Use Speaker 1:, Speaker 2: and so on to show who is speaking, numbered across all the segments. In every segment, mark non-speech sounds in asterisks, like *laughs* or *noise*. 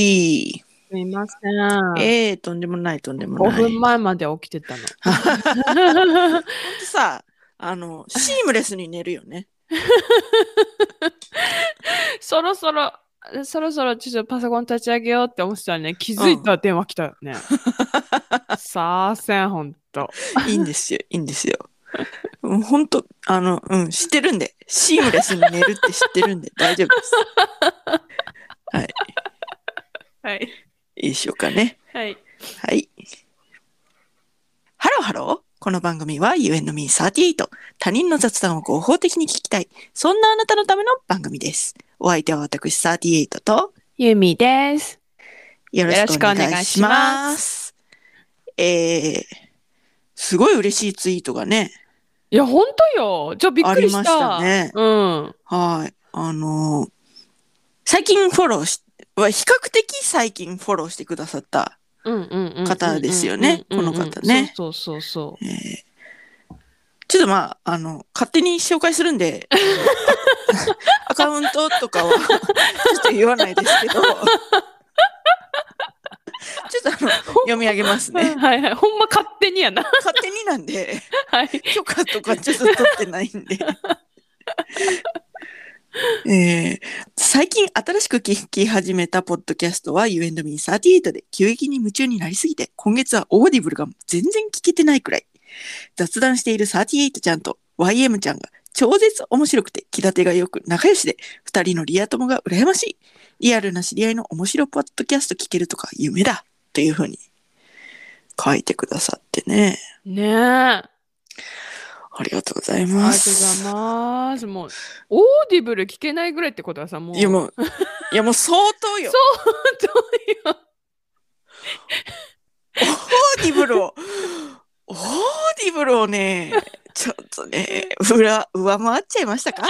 Speaker 1: ピ
Speaker 2: すみませ
Speaker 1: ー。
Speaker 2: ん。
Speaker 1: ええとんでもない、とんでも
Speaker 2: 5
Speaker 1: ない。
Speaker 2: 分
Speaker 1: ほん
Speaker 2: 前まで起きてたの。
Speaker 1: とさ、あの、シームレスに寝るよね。
Speaker 2: *laughs* そろそろ、そろそろちょっとパソコン立ち上げようって思ってたらね、気づいたら電話来たよね。 *laughs* さあせん、ほんと。
Speaker 1: いいんですよ、いいんですよ。うんほんと、あの、うん、知ってるんで、シームレスに寝るって知ってるんで、大丈夫です。
Speaker 2: はい。
Speaker 1: いいでしょうかね。
Speaker 2: はい。
Speaker 1: はい。ハローハロー。この番組は You and me38。他人の雑談を合法的に聞きたい。そんなあなたのための番組です。お相手は私38と
Speaker 2: ゆみです。
Speaker 1: よろしくお願いします。えー、すごい嬉しいツイートがね、
Speaker 2: いや、ほんとよ。じゃあびっ
Speaker 1: あ
Speaker 2: くり
Speaker 1: り
Speaker 2: し
Speaker 1: ま
Speaker 2: た。
Speaker 1: したね。
Speaker 2: うん。
Speaker 1: はい。あのー最近フォローし、は比較的最近フォローしてくださった、
Speaker 2: うんうんうんうん
Speaker 1: 方ですよね
Speaker 2: うんうんうん
Speaker 1: この方ね
Speaker 2: そうそうそう
Speaker 1: えーちょっとまあ、あの、勝手に紹介するんで、 *laughs* あのアカウントとかはちょっと言わないですけ *laughs* ど、ちょっとあの、読み上げます
Speaker 2: そ
Speaker 1: *laughs*
Speaker 2: う。
Speaker 1: ね。
Speaker 2: はいはい。ほんま勝手にやな。
Speaker 1: 勝手になんで、
Speaker 2: はい。
Speaker 1: 許可とかちょっと取ってない
Speaker 2: *laughs*
Speaker 1: んで。えー最近新しく聞き始めたポッドキャストは You and me38 で急激に夢中になりすぎて今月はオーディブルが全然聞けてないくらい雑談している38ちゃんと YM ちゃんが超絶面白くて気立てがよく仲良しで2人のリア友が羨ましいリアルな知り合いの面白ポッドキャスト聞けるとか夢だというふうに書いてくださってね
Speaker 2: ねえ。あ
Speaker 1: ありがとうござい
Speaker 2: りが
Speaker 1: ま
Speaker 2: とうご
Speaker 1: す。
Speaker 2: ざいます。もう、オーディブル聞けないぐらいってことはさ、もう。
Speaker 1: いや *laughs* もう、いやもう相当よ。
Speaker 2: そう
Speaker 1: オ
Speaker 2: よ。
Speaker 1: ーディブルを、オーディブルをね、ちょっとね、裏、上回っちゃいましたか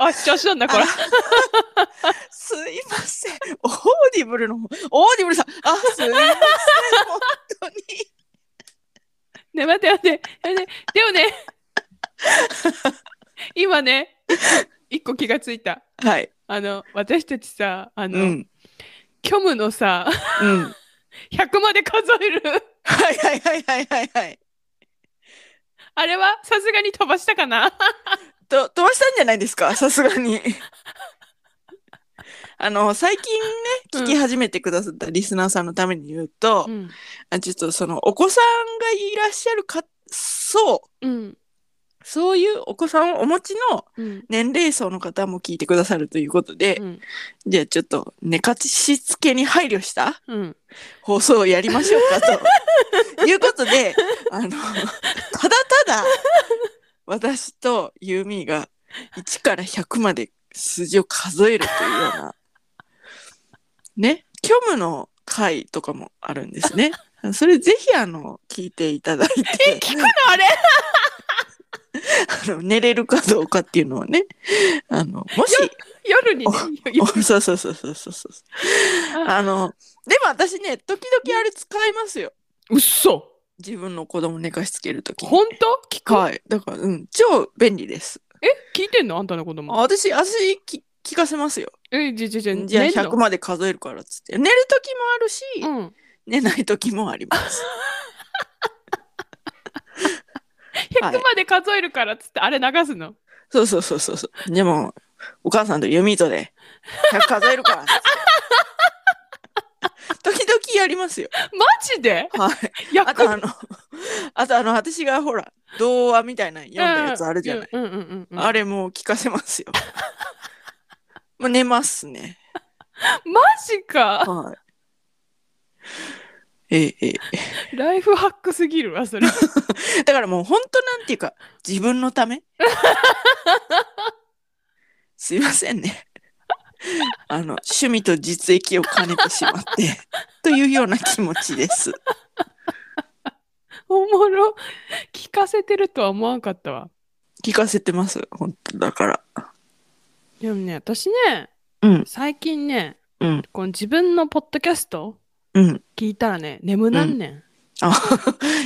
Speaker 2: あ、視聴しなんだ、これ。
Speaker 1: すいません。オーディブルの、オーディブルさん、あ、すいません。本当に。
Speaker 2: ね、待って待って。待ってでもね、 *laughs* 今ね、一個気がついた。
Speaker 1: はい。
Speaker 2: あの、私たちさ、あ
Speaker 1: う
Speaker 2: の、
Speaker 1: ん。
Speaker 2: 虚無のさ、
Speaker 1: うん。
Speaker 2: 100まで数える。
Speaker 1: はいはいはいはいはいはい。
Speaker 2: あれはさすがに飛ばしたかな
Speaker 1: と、飛ばしたんじゃないですかさ *laughs* すがに。あの、最近ね、聞き始めてくださったリスナーさんのために言うと、
Speaker 2: うん。
Speaker 1: あちょっとそのお子さんがいらっしゃるかそう
Speaker 2: うん。
Speaker 1: そういうお子さんをお持ちの
Speaker 2: うん。
Speaker 1: 年齢層の方も聞いてくださるということで、
Speaker 2: うん。
Speaker 1: じゃあちょっと寝かしつけに配慮した
Speaker 2: うん。
Speaker 1: 放送をやりましょうかということであのただただ私とユーミーが1から100まで数字を数えるというようなね虚無の回とかもあるんですね。それぜひあの聞いていただいて
Speaker 2: 聞くのあれ
Speaker 1: あの寝れるかどうかっていうのをねあのもし
Speaker 2: 夜にね。
Speaker 1: おそうそうそうそうそうそうあのでも私ね時々あれ使いますよ
Speaker 2: うっそ。
Speaker 1: 自分の子供寝かしつけるときに。
Speaker 2: 本当聞く、
Speaker 1: はい。だから、うん、超便利です。
Speaker 2: え聞いてんのあんたの子
Speaker 1: あ
Speaker 2: 供。
Speaker 1: 私、私き、聞かせますよ。
Speaker 2: え、じゃじゃじゃ、
Speaker 1: じゃあ、
Speaker 2: 寝んの
Speaker 1: 100まで数えるからっつって。寝るときもあるし、
Speaker 2: うん。
Speaker 1: 寝ないときもあります。 *laughs* はい
Speaker 2: 100まで数えるからっつって、あれ流すの。
Speaker 1: そうそうそうそうそう。でも、お母さんとユミートで、100数えるからっつって。 *laughs* 時々やり
Speaker 2: *laughs*
Speaker 1: ますよ。
Speaker 2: マジで
Speaker 1: はい。
Speaker 2: や
Speaker 1: あと、あの、 *laughs* あと、あの、私がほら、童話みたいなの読んだやつあるじゃない。
Speaker 2: うんうんうんうん、
Speaker 1: あれもう聞かせますよ。もう寝ますね。
Speaker 2: マジか
Speaker 1: はい。ええ、え
Speaker 2: ライフハックすぎるわそ
Speaker 1: *laughs*
Speaker 2: れ
Speaker 1: え。だからもう本当なんていうか、自分のため
Speaker 2: *laughs*
Speaker 1: すいませんね。あの、趣味と実益を兼ねてしまって、というような気持ちです。
Speaker 2: おもろ聞かせてるとは思わんかったわ
Speaker 1: 聞かせてます、本当だから。
Speaker 2: でもね私ね
Speaker 1: うん、
Speaker 2: 最近ね、
Speaker 1: うん
Speaker 2: この自分のポッドキャスト
Speaker 1: うん。
Speaker 2: 聞いたらね眠なんねん、
Speaker 1: あ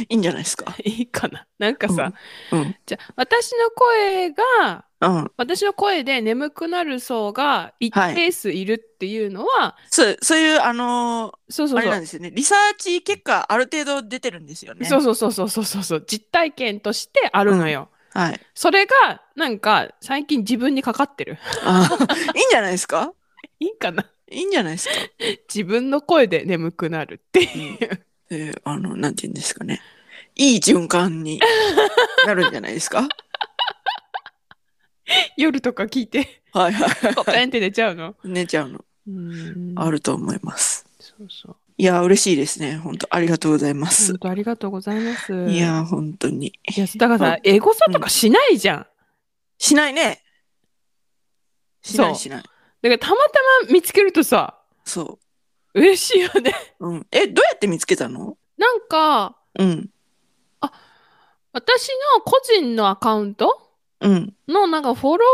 Speaker 1: いいんじゃないですか。
Speaker 2: いいかな。なんかさ、
Speaker 1: うん。
Speaker 2: じゃあ私の声が、
Speaker 1: うん。
Speaker 2: 私の声で眠くなる層が一定数いるっていうのは、
Speaker 1: そう、そういう、あの
Speaker 2: そう
Speaker 1: ー
Speaker 2: そう
Speaker 1: あれ
Speaker 2: そ
Speaker 1: なん
Speaker 2: う。
Speaker 1: ですよね。リサーチ結果、ある程度出てるんですよね。
Speaker 2: そうそうそうそうそうそう。実体験としてあるのよ。
Speaker 1: はい。
Speaker 2: それが、なんか、最近自分にかかってる。
Speaker 1: あいいんじゃないですか
Speaker 2: いいかな。
Speaker 1: いいんじゃないですか。
Speaker 2: 自分の声で眠くなるっていう。
Speaker 1: えー、あの、なんて言うんですかね。いい循環になるんじゃないです
Speaker 2: *laughs*
Speaker 1: か。
Speaker 2: 夜とか聞いて、
Speaker 1: はいはい
Speaker 2: コ
Speaker 1: は
Speaker 2: ペンって寝ちゃうの。
Speaker 1: い。寝ちゃうの、
Speaker 2: うん
Speaker 1: あると思います。
Speaker 2: そうそう。
Speaker 1: いやー、嬉しいですね。本当ありがとうございます
Speaker 2: 本。当ありがとうございます。
Speaker 1: いやー、本当に。
Speaker 2: いや、だからさ、エゴサとかしないじゃん。
Speaker 1: しないね。しな
Speaker 2: そう
Speaker 1: いしない。
Speaker 2: だからたまたま見つけるとさ、
Speaker 1: そ
Speaker 2: 嬉しいよね。
Speaker 1: う。うん。え、どうやって見つけたの
Speaker 2: なんか、
Speaker 1: うん。
Speaker 2: 私の個人のアカウント
Speaker 1: うん。
Speaker 2: のなんかフォロ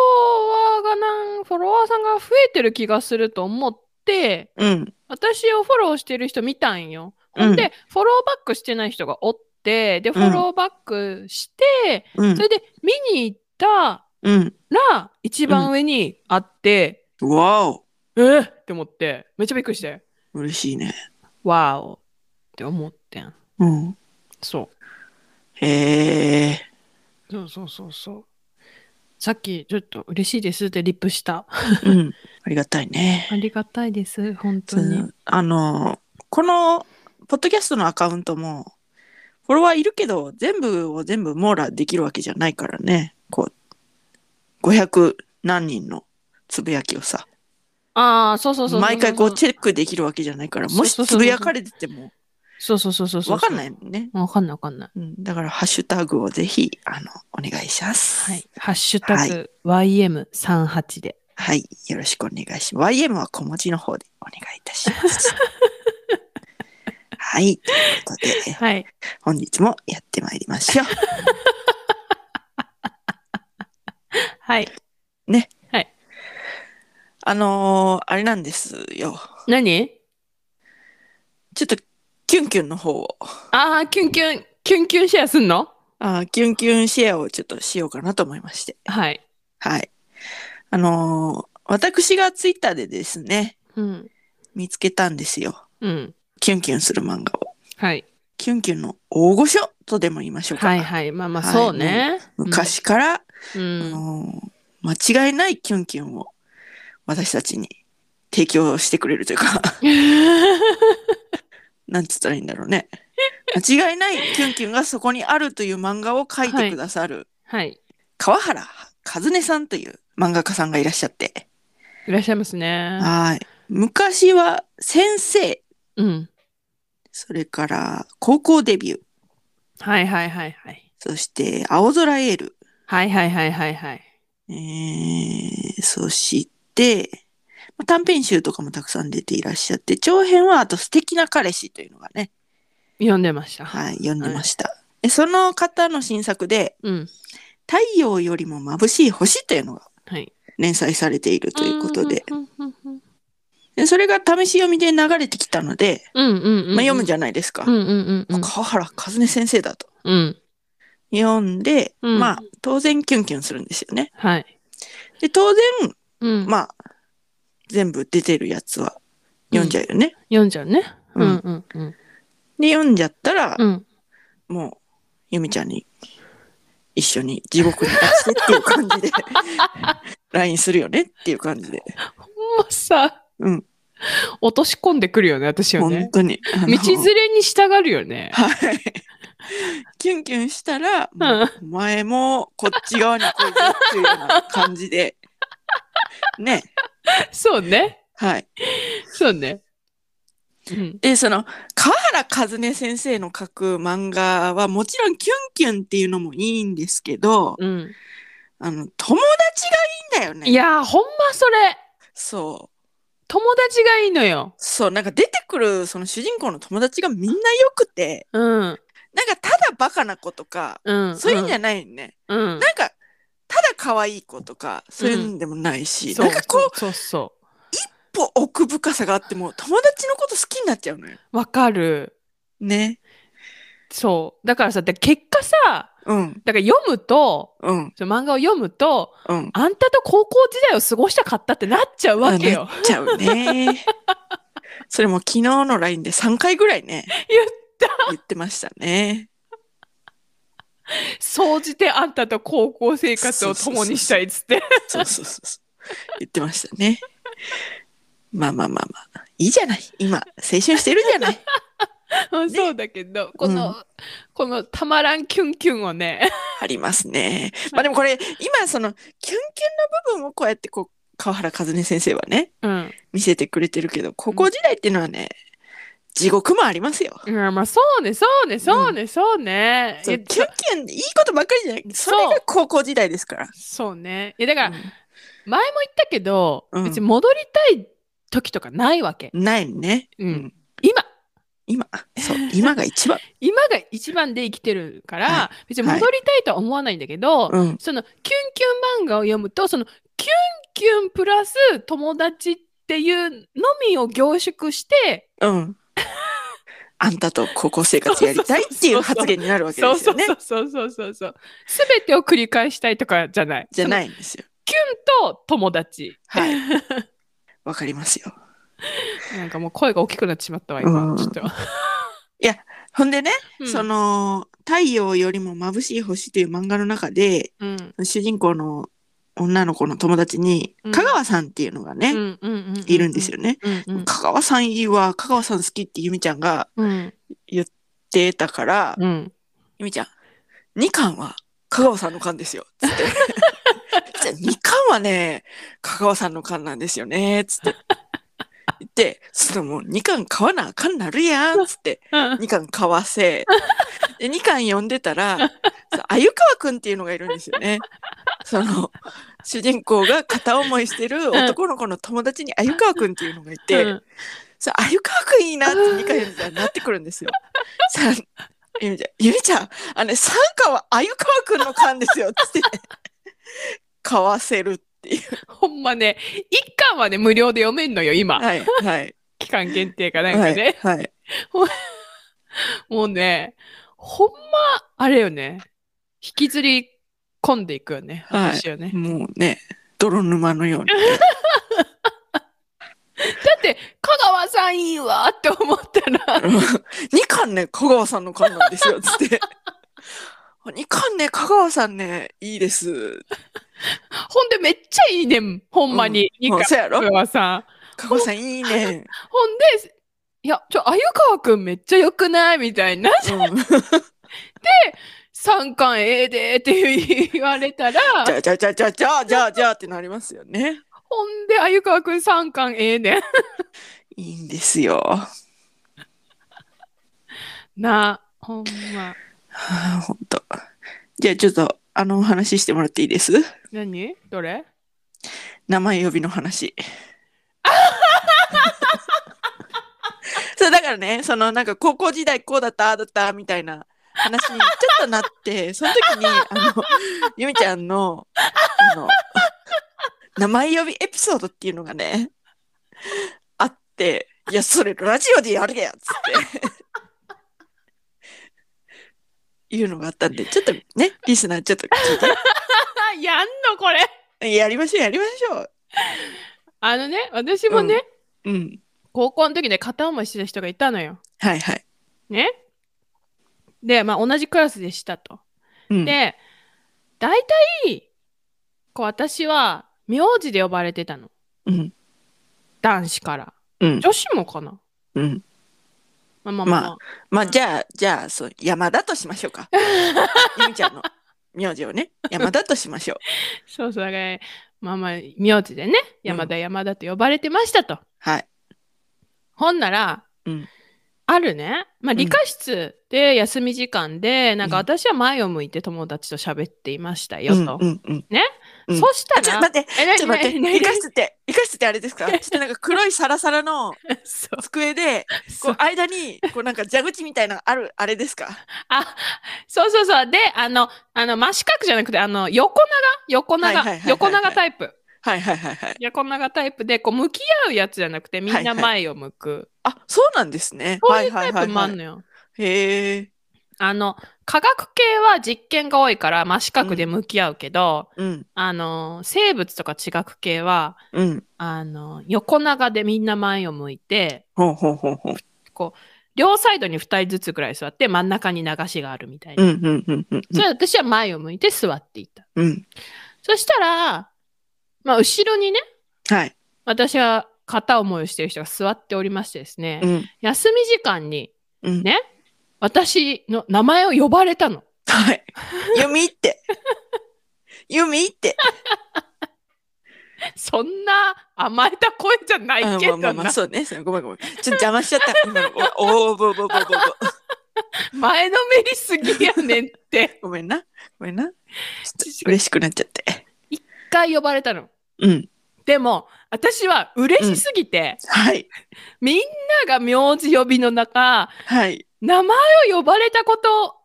Speaker 2: ワーがなん、フォロワーさんが増えてる気がすると思って、
Speaker 1: うん。
Speaker 2: 私をフォローしてる人見たんよ。
Speaker 1: うん
Speaker 2: ほんで、フォローバックしてない人がおって、で、フォローバックして、
Speaker 1: うん
Speaker 2: そ。れで見に行った
Speaker 1: うん。
Speaker 2: ら、一番上にあって、
Speaker 1: わお。
Speaker 2: えっって思って、めっちゃびっくりして、
Speaker 1: 嬉しいね。
Speaker 2: わおって思ってん。
Speaker 1: うん。
Speaker 2: そう。
Speaker 1: へえ。
Speaker 2: そうそうそうそう。さっきちょっと嬉しいですってリップした。
Speaker 1: うん。ありがたいね。
Speaker 2: ありがたいです、本当
Speaker 1: そ
Speaker 2: に。
Speaker 1: うあの、この、ポッドキャストのアカウントも、フォロワーいるけど、全部を全部網羅できるわけじゃないからね。こう、500何人のつぶやきをさ、
Speaker 2: ああ、そうそうそうそうそう。
Speaker 1: 毎回こうチェックできるわけじゃないから、も
Speaker 2: そうそう
Speaker 1: し
Speaker 2: そうそう
Speaker 1: つぶやかれてても、
Speaker 2: そうそうそうそうそう。
Speaker 1: わかんない。もんね。
Speaker 2: わかんないわかんない。
Speaker 1: うん、だから、ハッシュタグをぜひ、あの、お願いします。
Speaker 2: はい。。ハッシュタグ、YM38 で。
Speaker 1: はい。よろしくお願いします。YM は小文字の方でお願いいたし
Speaker 2: *laughs*
Speaker 1: ます。はい。ということで、
Speaker 2: はい。
Speaker 1: 本日もやってまいりましょう。
Speaker 2: はい。
Speaker 1: *laughs* あのーあれなんですよ。
Speaker 2: 何
Speaker 1: ちょっと、キュンキュンの方を、
Speaker 2: ああ、キュンキュン、キュンキュンシェアすんの
Speaker 1: あーキュンキュンシェアをちょっとしようかなと思いまして。
Speaker 2: はい。
Speaker 1: はい。あのー私がツイッターでですね、
Speaker 2: うん。
Speaker 1: 見つけたんですよ。
Speaker 2: うん。
Speaker 1: キュンキュンする漫画を。
Speaker 2: はい。
Speaker 1: キュンキュンの大御所とでも言いましょうか。
Speaker 2: はいはい。まあまあ、
Speaker 1: はい
Speaker 2: そうね。
Speaker 1: 昔から、
Speaker 2: う
Speaker 1: あ
Speaker 2: ん。うん。
Speaker 1: のー間違いないキュンキュンを私たちに提供してくれるというか、なんつったらいいんだろうね。間違いないキュンキュンがそこにあるという漫画を書いてくださる、
Speaker 2: *laughs* はい。
Speaker 1: 川原和音さんという漫画家さんがいらっしゃって、
Speaker 2: いらっしゃいますね。
Speaker 1: はい。昔は先生、
Speaker 2: うん。
Speaker 1: それから高校デビュー、
Speaker 2: はいはいはいはい。
Speaker 1: そして青空エール、
Speaker 2: はいはいはいはいはい。
Speaker 1: えー、そして、まあ短編集とかもたくさん出ていらっしゃって、長編はあと素敵な彼氏というのがね、
Speaker 2: 読んでました。
Speaker 1: はい、読んでました。でその方の新作で、
Speaker 2: うん。
Speaker 1: 太陽よりも眩しい星というのが
Speaker 2: はい。
Speaker 1: 連載されているということで、
Speaker 2: うんうんうん
Speaker 1: でそれが試し読みで流れてきたので、
Speaker 2: うんうんうん。
Speaker 1: まあ、読む
Speaker 2: じ
Speaker 1: じゃないですか。
Speaker 2: うんうんうんうん。
Speaker 1: 川原和音先生だと
Speaker 2: うん。
Speaker 1: 読んで、
Speaker 2: うん
Speaker 1: まあ当然キュンキュンするんですよね。
Speaker 2: はい。
Speaker 1: で当然
Speaker 2: うん。
Speaker 1: まあ全部出てるやつは読んじゃうよね。
Speaker 2: 読んじゃうね。う
Speaker 1: うんん
Speaker 2: うんうん。
Speaker 1: で読んじゃったら、
Speaker 2: うん。
Speaker 1: もうゆみちゃんに一緒に地獄に出してっていう感
Speaker 2: *laughs*
Speaker 1: じで LINE するよねっていう感じで。
Speaker 2: ほんまさ、
Speaker 1: うん、
Speaker 2: 落とし込んでくるよね、私よ
Speaker 1: 本
Speaker 2: ね。
Speaker 1: 当に。あの
Speaker 2: 道連れに従う
Speaker 1: *laughs*
Speaker 2: よね。
Speaker 1: はい。キュンキュンしたら、
Speaker 2: ん
Speaker 1: もうお前もこっち側に来いぞっていうような感じ
Speaker 2: *laughs*
Speaker 1: で。ね。
Speaker 2: そうね。
Speaker 1: はい。
Speaker 2: そうね。うん。
Speaker 1: で、その、川原和音先生の書く漫画はもちろんキュンキュンっていうのもいいんですけど、
Speaker 2: うん。
Speaker 1: あの、友達がいいんだよね。
Speaker 2: いやー、ほんまそれ。
Speaker 1: そう。
Speaker 2: 友達がいいのよ。
Speaker 1: そう、なんか出てくるその主人公の友達がみんな良くて、
Speaker 2: うん。
Speaker 1: なんかただバカな子とか、
Speaker 2: うん。
Speaker 1: そういうんじゃないね。
Speaker 2: うん。
Speaker 1: なんか、ただ可愛い子とか、そういうんでもないし、
Speaker 2: そう
Speaker 1: なんかこう、
Speaker 2: そうそ
Speaker 1: 一歩奥深さがあっても友達のこと好きになっちゃうのよ。
Speaker 2: う。わかる。
Speaker 1: ね。
Speaker 2: そう。だからさ、で結果さ、
Speaker 1: うん、
Speaker 2: だから読むと、
Speaker 1: うん、
Speaker 2: その漫画を読むと、
Speaker 1: うん。
Speaker 2: あんたと高校時代を過ごしたかったってなっちゃうわけよ。
Speaker 1: なっちゃうね。それも昨日の LINE で3回ぐらいね、
Speaker 2: 言っ
Speaker 1: 言ってましたね。
Speaker 2: 総じてあんたと高校生活を共にしたいっつって。
Speaker 1: そうそうそうそう。言ってましたね。まあまあまあまあ。いいじゃない。今、青春してるじゃない。
Speaker 2: うん *laughs* そうだけど、この、このたまらんキュンキュンをね、
Speaker 1: ありますね。まあでもこれ、今、その、キュンキュンの部分をこうやって、こう、川原和音先生はね、
Speaker 2: うん。
Speaker 1: 見せてくれてるけど、高校時代っていうのはね、地獄もありますよ。
Speaker 2: うんまあそうね、そうね、そうね、そうね。
Speaker 1: そう
Speaker 2: いや
Speaker 1: キュンキュン、いいことばっかりじゃない。それが高校時代ですから。
Speaker 2: そうね。いやだから、
Speaker 1: うん
Speaker 2: 前も言ったけど、
Speaker 1: うん
Speaker 2: 別に戻りたい時とかないわけ。
Speaker 1: ないね。
Speaker 2: うん
Speaker 1: うん
Speaker 2: 今、
Speaker 1: 今、そう、今が
Speaker 2: *laughs*
Speaker 1: 一番。
Speaker 2: 今が一番で生きてるから、
Speaker 1: は
Speaker 2: 別に戻りたいとは思わないんだけど、
Speaker 1: うん。
Speaker 2: そのキュンキュン漫画を読むと、そのキュンキュンプラス友達っていうのみを凝縮して、
Speaker 1: うん。あんたと高校生活やりたいっていう発言になるわけ
Speaker 2: そう
Speaker 1: です
Speaker 2: そ
Speaker 1: よ
Speaker 2: う
Speaker 1: ね。
Speaker 2: そうそうそうそう。すべてを繰り返したいとかじゃない。。
Speaker 1: じゃないいんですよ。
Speaker 2: キュンと友達。 *laughs*
Speaker 1: はい。わかりますよ。
Speaker 2: なんかもう声が大きくなってしまったわ、今。
Speaker 1: うん
Speaker 2: ちょっと。
Speaker 1: ほんでね、
Speaker 2: うん
Speaker 1: そ、の、太陽よりも眩しい星という漫画の中で、
Speaker 2: うん。
Speaker 1: 主人公の女の子の友達に
Speaker 2: うん、
Speaker 1: 香川さんっていうのがね、
Speaker 2: うんうんうんうん
Speaker 1: いるんですよね。
Speaker 2: うんうん
Speaker 1: 香川さんいいわ、香川さん好きってゆみちゃんが
Speaker 2: うん
Speaker 1: 言ってたから、
Speaker 2: うん
Speaker 1: ゆみちゃん、2巻は香川さんの巻ですよ。つって。 *laughs* じゃあ2巻はね、香川さんの巻なんですよね。つって。言って、そのもう2巻買わなあかんなるやん。つって、2巻買わせ。で、2巻読んでたら、その鮎川くんっていうのがいるんですよね。その、主人公が片思いしてる男の子の友達に鮎川くんっていうのがいて、
Speaker 2: うん
Speaker 1: さ、鮎川くんいいなって2回みたいになってくるん
Speaker 2: *laughs*
Speaker 1: ですよ。さ、ゆみちゃん、ゆみちゃん、あれ、参加は鮎川くんの勘ですよっつって、買わせるっていう。
Speaker 2: ほんまね、一巻はね、無料で読めんのよ、今。
Speaker 1: はい、はい。
Speaker 2: 期間限定かなんか
Speaker 1: は
Speaker 2: ね。
Speaker 1: い、はい。
Speaker 2: もうね、ほんま、あれよね。引きずり込んでいくよね。
Speaker 1: はい
Speaker 2: 話よね。
Speaker 1: もうね、泥沼のように。
Speaker 2: だって、香川さんいいわって思ったら、
Speaker 1: 2巻ね、香川さんの勘なんですよっつって。2巻ね、香川さんね、いいです。
Speaker 2: ほんでめっちゃいいねん、ほんまに。
Speaker 1: うん
Speaker 2: いいか
Speaker 1: うんそうやろ
Speaker 2: 香川さん。
Speaker 1: 香川さんいいね。
Speaker 2: ほんで、いや、ちょ、鮎川くんめっちゃ良くないみたいな。
Speaker 1: うん。
Speaker 2: *laughs* 三巻ええでっていう言われたら、
Speaker 1: じゃあじゃあじゃあじゃあじゃあじゃあじゃあってなりますよね。
Speaker 2: ほんで、鮎川くん三巻ええね
Speaker 1: いいんですよ。
Speaker 2: ん。な、ほんま。
Speaker 1: はあ、ほんと。じゃあちょっと、あのお話ししてもらっていいです
Speaker 2: 何どれ
Speaker 1: 名前呼びの話。 *laughs* そう、だからね、そのなんか高校時代こうだった、ああだった、みたいな話にちょっとなって、 *laughs* その時に、あの、ゆみちゃんの、あの、名前呼びエピソードっていうのがね、あって、いや、それラジオでやるやつって。 *laughs* いうのがあったんで、ちょっとね、リスナーちょっと聞いて
Speaker 2: あ、やんのこれ。
Speaker 1: やりましょう、やりましょう。
Speaker 2: あのね、私もね、
Speaker 1: ううん。
Speaker 2: 高校の時ね、片思いしてた人がいたのよ。
Speaker 1: はいはい。
Speaker 2: ね。で、まあ同じクラスでしたと。
Speaker 1: うん、
Speaker 2: で、大体、こう私は、名字で呼ばれてたの。
Speaker 1: うん。
Speaker 2: 男子から。
Speaker 1: うん。
Speaker 2: 女子もかな
Speaker 1: うん。
Speaker 2: まあまあまあ、
Speaker 1: ままあ、じゃあ、じゃあ、そう、山田としましょう
Speaker 2: *laughs*
Speaker 1: か。ゆみちゃんの名字をね、山田としましょう。
Speaker 2: そうそうだからまあまあ名字でね山田山田と呼ばれてましたと、
Speaker 1: はい。
Speaker 2: ほんなら、
Speaker 1: うん
Speaker 2: あるね、まあ、
Speaker 1: ん
Speaker 2: 理科室で休み時間で、なんか
Speaker 1: うん
Speaker 2: 私は前を向いて友達と喋っていましたよ
Speaker 1: うん
Speaker 2: と、
Speaker 1: うんうん。うん
Speaker 2: そし
Speaker 1: あ、
Speaker 2: た
Speaker 1: ちょっと
Speaker 2: ら
Speaker 1: 待って、
Speaker 2: えな
Speaker 1: ちょっと待って、
Speaker 2: な
Speaker 1: 理科
Speaker 2: な
Speaker 1: 室って、理科室ってあれですかちょっとなんか黒いサラサラの
Speaker 2: *laughs* なそう
Speaker 1: 机で、
Speaker 2: そ
Speaker 1: こ
Speaker 2: う
Speaker 1: う、間に、こうなんか蛇口みたいなのある、あれですか
Speaker 2: あそうそうそうであのあの真四角じゃなくてあの横長横長、
Speaker 1: はいはいはいはいはい
Speaker 2: 横長タイプ
Speaker 1: はいはいはいはい。
Speaker 2: 横長タイプでこう向き合うやつじゃなくてみんな前を向く、
Speaker 1: あ、そうなんですね。
Speaker 2: こう
Speaker 1: はいいう
Speaker 2: タ
Speaker 1: はい
Speaker 2: イ
Speaker 1: は
Speaker 2: プ
Speaker 1: い
Speaker 2: もあ
Speaker 1: は
Speaker 2: ん
Speaker 1: い。
Speaker 2: のよ、
Speaker 1: へえ。
Speaker 2: あの、科学系は実験が多いから、まあ、視覚で向き合うけど、
Speaker 1: うん。
Speaker 2: あの、生物とか地学系は、
Speaker 1: うん。
Speaker 2: あの、横長でみんな前を向いて、
Speaker 1: ほうほうほうほう。
Speaker 2: 両サイドに2人ずつぐらい座って、真ん中に流しがあるみたいうな。
Speaker 1: んうんうんうん
Speaker 2: それで私は前を向いて座っていた。
Speaker 1: うん。うん。
Speaker 2: そしたら、まあ、後ろにね、
Speaker 1: はい。
Speaker 2: 私は片思いをしている人が座っておりましてですね、
Speaker 1: うん。
Speaker 2: 休み時間に
Speaker 1: うん。
Speaker 2: ね私の名前を呼ばれたの。 *laughs*
Speaker 1: はい。読み入って。読み入って。
Speaker 2: そんな甘えた声じゃない
Speaker 1: あ
Speaker 2: け
Speaker 1: まあ
Speaker 2: ど
Speaker 1: ま
Speaker 2: な、
Speaker 1: あまあ、そうね。そうごめんごめん。ちょっと邪魔しちゃった。
Speaker 2: *laughs*
Speaker 1: 今のおおぼぼぼぼぼ。
Speaker 2: 前のめりすぎやね
Speaker 1: *laughs*
Speaker 2: んって、
Speaker 1: ごめんな。ごめんな。ちょっ
Speaker 2: 一
Speaker 1: と嬉しくなっちゃって。
Speaker 2: 回呼ばれたの。
Speaker 1: うん。
Speaker 2: でも、私は嬉しすぎて、
Speaker 1: はい。
Speaker 2: みんなが名字呼びの中、
Speaker 1: はい。
Speaker 2: 名前を呼ばれたこと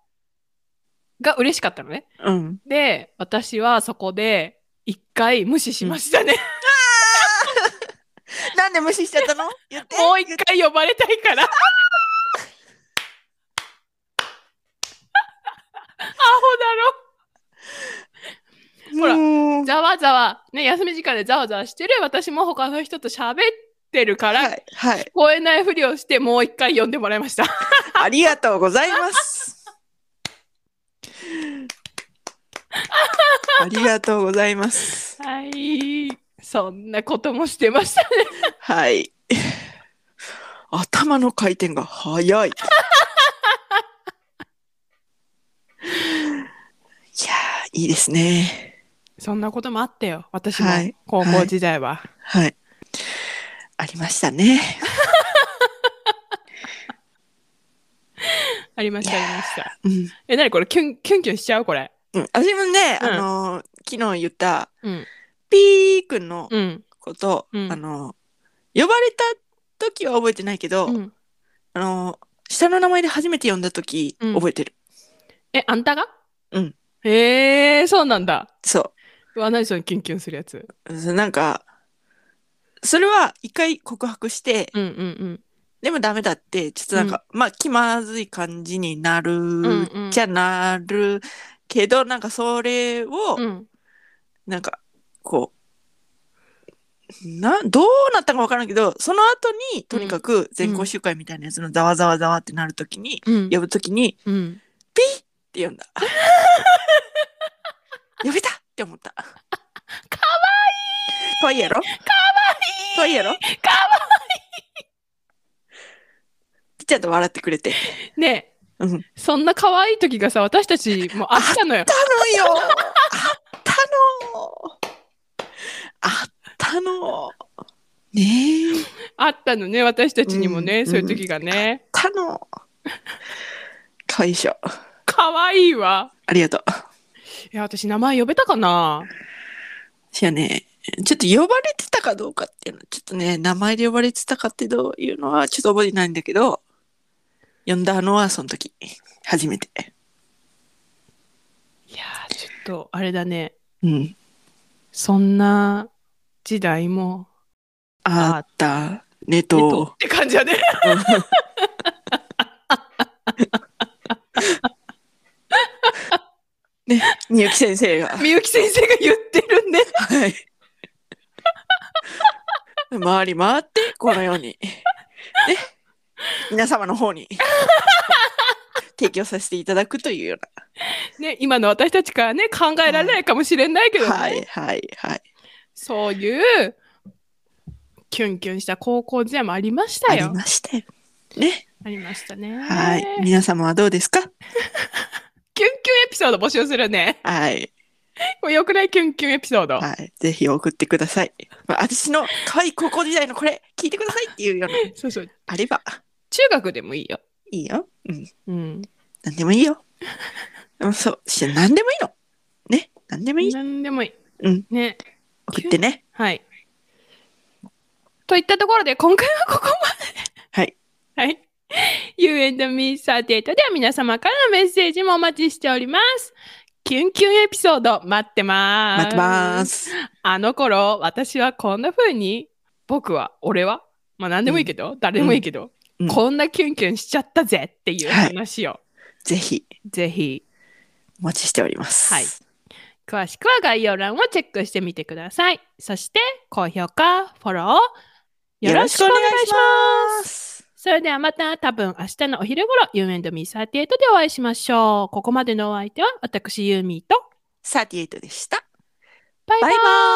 Speaker 2: が嬉しかったのね。
Speaker 1: うん。
Speaker 2: で、私はそこで一回無視しましたね。
Speaker 1: なんで無視しちゃったの言って。
Speaker 2: もう一回呼ばれたいから。アホだろほら
Speaker 1: もう
Speaker 2: ざわざわ、ね、休み時間でざわざわしてる私も他の人と喋ってるから、
Speaker 1: はい。はい。
Speaker 2: 聞こえないふりをしてもう一回呼んでもらいました。
Speaker 1: ありがとうござい
Speaker 2: *laughs*
Speaker 1: ます。ありがとうございます。
Speaker 2: はい。そんなこともしてましたね。
Speaker 1: はい。頭の回転が早 *laughs* い。いやー、いいですね。
Speaker 2: そんなこともあったよ。私も
Speaker 1: はい
Speaker 2: 高校時代は。
Speaker 1: はい。ありましたね。
Speaker 2: ありました、ありました。
Speaker 1: うん。
Speaker 2: え、なにこれ、キュン、キュンキュンしちゃうこれ。
Speaker 1: うん、私もね、
Speaker 2: うん
Speaker 1: あのー昨日言った、
Speaker 2: うん。
Speaker 1: ピー君の
Speaker 2: うん。
Speaker 1: こと、
Speaker 2: うん
Speaker 1: あのー呼ばれた時は覚えてないけど、
Speaker 2: うん、
Speaker 1: あのー下の名前で初めて呼んだ時、
Speaker 2: うん
Speaker 1: 覚えてる。
Speaker 2: え、あんたが
Speaker 1: うん。
Speaker 2: えー、そうなんだ。
Speaker 1: そう
Speaker 2: わ、何そのキュンキュンするやつ。
Speaker 1: う。なんか、それは一回告白して、
Speaker 2: うんうん
Speaker 1: でもダメだって、ちょっとなんか、まあ、気まずい感じになる
Speaker 2: んうん
Speaker 1: じゃなるけど、なんかそれを、
Speaker 2: うん。うん。
Speaker 1: なんか、こう、な、どうなったかわからんけど、その後に、とにかく全校集会みたいなやつのざわざわざわってなるときに、
Speaker 2: うん。
Speaker 1: 呼ぶときに、っ
Speaker 2: うん。
Speaker 1: て *laughs* 呼んだ。呼べたって思った。かわいいかわいいやろかわいいやろ
Speaker 2: かわ
Speaker 1: ピちゃんと笑ってくれて。
Speaker 2: いねえ、
Speaker 1: うん
Speaker 2: そんな可愛い時がさ、私たちもあった *laughs* の
Speaker 1: あ
Speaker 2: よ。
Speaker 1: ったのよ。 *laughs* あったの。あったの。ねえ。
Speaker 2: あったのね、私たちにも
Speaker 1: う
Speaker 2: ね、
Speaker 1: ん
Speaker 2: そういう時がね。
Speaker 1: あったの。かわいいっしょ。
Speaker 2: 可愛いわ。
Speaker 1: ありがとう。
Speaker 2: いや、私名前呼べたかな
Speaker 1: しやね。ちょっと呼ばれてたかどうかっていうの、ちょっとね、名前で呼ばれてたかってどういうのはちょっと覚えてないんだけど、呼んだのはその時、初めて。
Speaker 2: いやー、ちょっと、あれだね。
Speaker 1: うん。
Speaker 2: そんな時代も、
Speaker 1: あったね
Speaker 2: えっと
Speaker 1: と
Speaker 2: っ。て感じだ *laughs* ね。
Speaker 1: *laughs* ね、みゆき先生が。
Speaker 2: みゆき先生が言ってるね。
Speaker 1: はい。回り回って、このように。ね。皆様の方に。提供させていただくというよう
Speaker 2: ね、今の私たちからね、考えられないかもしれないけど、
Speaker 1: な。はいはいはい。
Speaker 2: そういう、キュンキュンした高校時代もありました
Speaker 1: あり
Speaker 2: よ。
Speaker 1: ましたよ。ね。
Speaker 2: ありましたね。
Speaker 1: はい
Speaker 2: キュ。ンキュン
Speaker 1: 皆様はどうですか
Speaker 2: エピソード募集するね。 *laughs*
Speaker 1: はい。
Speaker 2: これよくないキュンキュンエピソード。
Speaker 1: はい。ぜひ送ってください。まあ、私の可愛い高校時代のこれ、聞いてくださいっていうような、
Speaker 2: そうそう。
Speaker 1: あれば、
Speaker 2: 中学でもいいよ。
Speaker 1: いいよ。うん。
Speaker 2: うん。
Speaker 1: なんでもいいよ。うんそう。しなんでもいいの。ね。なんでもいい。
Speaker 2: 何でもいい。
Speaker 1: うん
Speaker 2: ね。
Speaker 1: 送ってね。
Speaker 2: はい。といったところで、今回はここま
Speaker 1: はい。
Speaker 2: で。はい。You and me38 では皆様からのメッセージもお待ちしております。キュンキュンエピソード待ってまーす。
Speaker 1: 待ってまー。す。
Speaker 2: あの頃、私はこんな風に、僕は、俺は、まあ何でもいいけど、誰でもいいけど、
Speaker 1: うん
Speaker 2: こんなキュンキュンしちゃったぜっていう話を
Speaker 1: ぜひ
Speaker 2: ぜひ、
Speaker 1: お待ちしております。
Speaker 2: はい詳しくは概要欄をチェックしてみてください。そして、高評価、フォロー、よろしくお願いします。
Speaker 1: す。
Speaker 2: それではまた多分明日のお昼頃、You and Me38 でお会いしましょう。ここまでのお相手は私、ユーミーと、
Speaker 1: 38でした。
Speaker 2: バイバ
Speaker 1: バイバ
Speaker 2: イ
Speaker 1: イ